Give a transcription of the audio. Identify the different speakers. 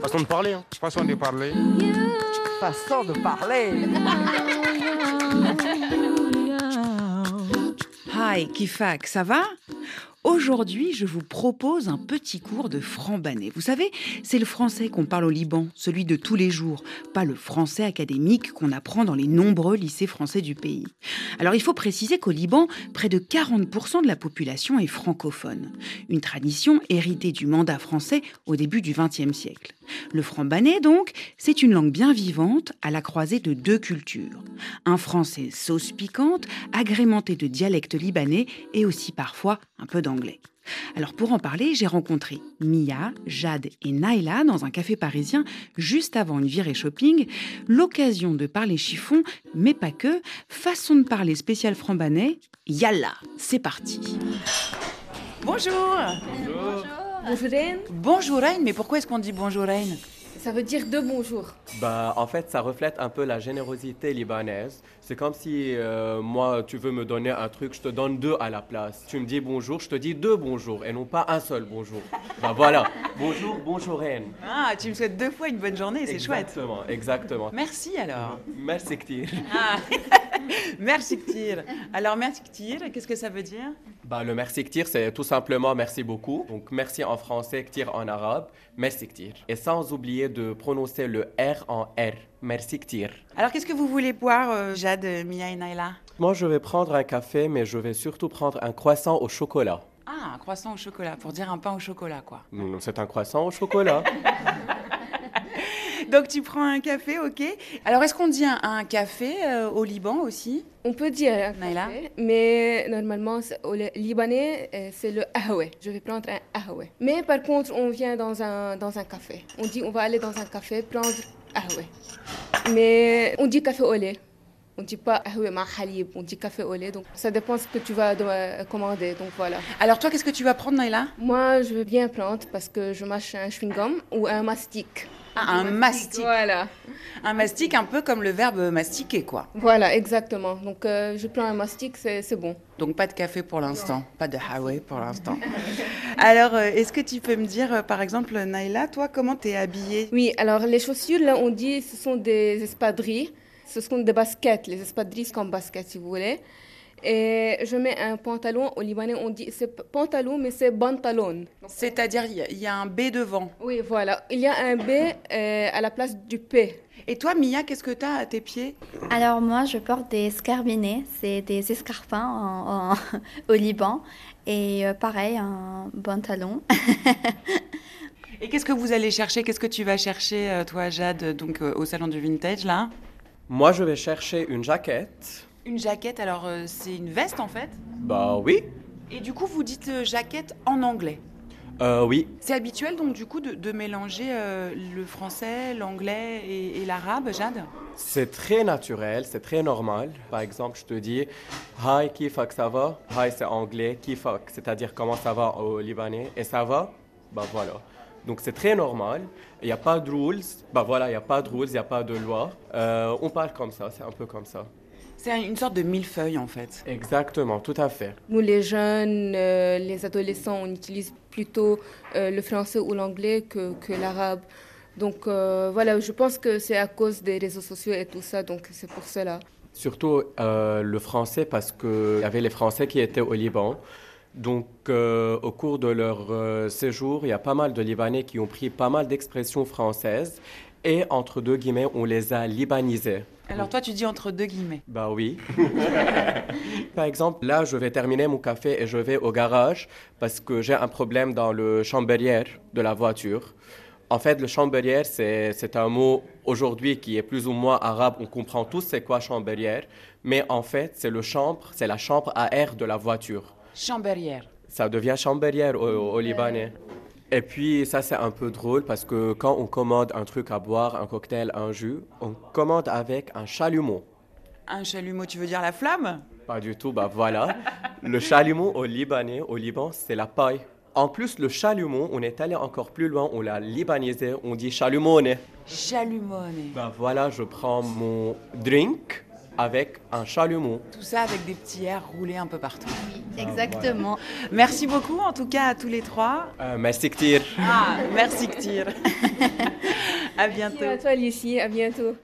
Speaker 1: Façon de parler, hein. Façon de parler.
Speaker 2: Façon de parler.
Speaker 3: Hi, Kifak, ça va Aujourd'hui, je vous propose un petit cours de franc-banet. Vous savez, c'est le français qu'on parle au Liban, celui de tous les jours, pas le français académique qu'on apprend dans les nombreux lycées français du pays. Alors, il faut préciser qu'au Liban, près de 40% de la population est francophone, une tradition héritée du mandat français au début du XXe siècle. Le franc-banet, donc, c'est une langue bien vivante à la croisée de deux cultures. Un français sauce piquante, agrémenté de dialectes libanais et aussi parfois un peu d'anglais. Alors pour en parler, j'ai rencontré Mia, Jade et Naila dans un café parisien juste avant une virée shopping, l'occasion de parler chiffon, mais pas que, façon de parler spécial franc-banais, yalla, c'est parti. Bonjour
Speaker 4: Bonjour.
Speaker 3: Bonjour Aïn, mais pourquoi est-ce qu'on dit bonjour Aïn
Speaker 4: Ça veut dire deux bonjours.
Speaker 5: Bah, en fait, ça reflète un peu la générosité libanaise. C'est comme si euh, moi, tu veux me donner un truc, je te donne deux à la place. Tu me dis bonjour, je te dis deux bonjours et non pas un seul bonjour. bah voilà, bonjour, bonjour Reine.
Speaker 3: Ah, tu me souhaites deux fois une bonne journée, c'est chouette.
Speaker 5: Exactement, exactement.
Speaker 3: Merci alors.
Speaker 5: Merci Ktir.
Speaker 3: Ah. merci Ktir. Alors merci Ktir, qu'est-ce que ça veut dire
Speaker 5: Bah, le merci Ktir, c'est tout simplement merci beaucoup. Donc merci en français, Ktir en arabe, merci Ktir. Et sans oublier de prononcer le R en R. Merci Ktir.
Speaker 3: Alors qu'est-ce que vous voulez boire, euh, Jade, euh, Mia et Naila
Speaker 5: Moi, je vais prendre un café, mais je vais surtout prendre un croissant au chocolat.
Speaker 3: Ah, un croissant au chocolat, pour dire un pain au chocolat quoi.
Speaker 5: Non, non, Mm, C'est un croissant au chocolat.
Speaker 3: Donc tu prends un café, ok. Alors est-ce qu'on dit un, un café euh, au Liban aussi
Speaker 4: On peut dire un café,
Speaker 3: Naila
Speaker 4: mais normalement, c'est- au li- libanais, euh, c'est le ahoué. Je vais prendre un ahoué. Mais par contre, on vient dans un, dans un café. On dit on va aller dans un café prendre ahoué. Mais on dit café au lait. On dit pas ahoué ma halib, on dit café au lait. Donc ça dépend ce que tu vas euh, commander. Donc voilà.
Speaker 3: Alors toi, qu'est-ce que tu vas prendre Naila
Speaker 4: Moi, je veux bien prendre parce que je mâche un chewing-gum ou un mastic.
Speaker 3: Ah, un mastic.
Speaker 4: Voilà.
Speaker 3: Un mastic un peu comme le verbe mastiquer quoi.
Speaker 4: Voilà, exactement. Donc, euh, je prends un mastic, c'est c'est bon.
Speaker 3: Donc pas de café pour l'instant, pas de Huawei pour l'instant. Alors, euh, est-ce que tu peux me dire, euh, par exemple, Naila, toi, comment t'es habillée
Speaker 4: Oui, alors les chaussures, là, on dit ce sont des espadrilles. Ce sont des baskets. Les espadrilles, c'est comme basket, si vous voulez. Et je mets un pantalon. Au Libanais, on dit c'est p- pantalon, mais c'est pantalon.
Speaker 3: C'est-à-dire, il y a- il y, a un B devant.
Speaker 4: Oui, voilà. Il y a un B euh, à la place du P.
Speaker 3: Et toi, Mia, qu'est-ce que t'as à tes pieds
Speaker 6: Alors moi, je porte des scarabinés, c'est des escarpins en- en- au Liban. Et euh, pareil, un pantalon.
Speaker 3: Et qu'est-ce que vous allez chercher Qu'est-ce que tu vas chercher, euh, toi, Jade, donc euh, au salon du vintage, là
Speaker 5: Moi, je vais chercher une jaquette.
Speaker 3: Une jaquette, alors euh, c'est une veste, en fait.
Speaker 5: Bah oui.
Speaker 3: Et du coup, vous dites euh, jaquette en anglais.
Speaker 5: Euh, oui,
Speaker 3: C'est habituel, donc, du coup, de, de mélanger euh, le français, l'anglais et- et l'arabe, Jade
Speaker 5: C'est très naturel, c'est très normal. Par exemple, je te dis Hi, kifak, ça va Hi, c'est anglais, kifak, c'est-à-dire comment ça va au Libanais. Et ça va Bah voilà. Donc c'est très normal. Il n'y a pas de rules. Bah voilà, il n'y a pas de rules, il n'y a pas de loi. Euh, on parle comme ça, c'est un peu comme ça.
Speaker 3: C'est une sorte de millefeuille, en fait.
Speaker 5: Exactement, tout à fait.
Speaker 4: Nous, les jeunes, euh, les adolescents, on utilise plutôt euh, le français ou l'anglais que, que l'arabe. Donc euh, voilà, je pense que c'est à cause des réseaux sociaux et tout ça, donc c'est pour cela.
Speaker 5: Surtout euh, le français, parce qu'il y avait les Français qui étaient au Liban. Donc, euh, au cours de leur euh, séjour, il y a pas mal de Libanais qui ont pris pas mal d'expressions françaises et, entre deux guillemets, on les a libanisés.
Speaker 3: Alors toi, tu dis entre deux guillemets.
Speaker 5: Bah oui. Par exemple, là, je vais terminer mon café et je vais au garage parce que j'ai un problème dans le chambelière de la voiture. En fait, le chambelière, c'est c'est un mot aujourd'hui qui est plus ou moins arabe. On comprend tous c'est quoi chambelière. Mais en fait, c'est le chambre, c'est la chambre à air de la voiture.
Speaker 3: Chambérière.
Speaker 5: Ça devient chambellière au, au Libanais. Et puis ça c'est un peu drôle parce que quand on commande un truc à boire, un cocktail, un jus, on commande avec un chalumeau.
Speaker 3: Un chalumeau, tu veux dire la flamme
Speaker 5: Pas du tout, bah voilà. Le chalumeau au Libanais, au Liban, c'est la paille. En plus, le chalumeau, on est allé encore plus loin, on l'a libanisé, on dit chalumeau.
Speaker 3: Chalumone.
Speaker 5: Bah voilà, je prends mon drink, avec un chalumeau.
Speaker 3: Tout ça avec des petits airs roulés un peu partout.
Speaker 6: Exactement.
Speaker 3: Merci beaucoup en tout cas à tous les trois.
Speaker 5: Euh, merci كتير.
Speaker 3: Ah, merci Ktir. à bientôt.
Speaker 4: Merci à toi, Lucie. À bientôt.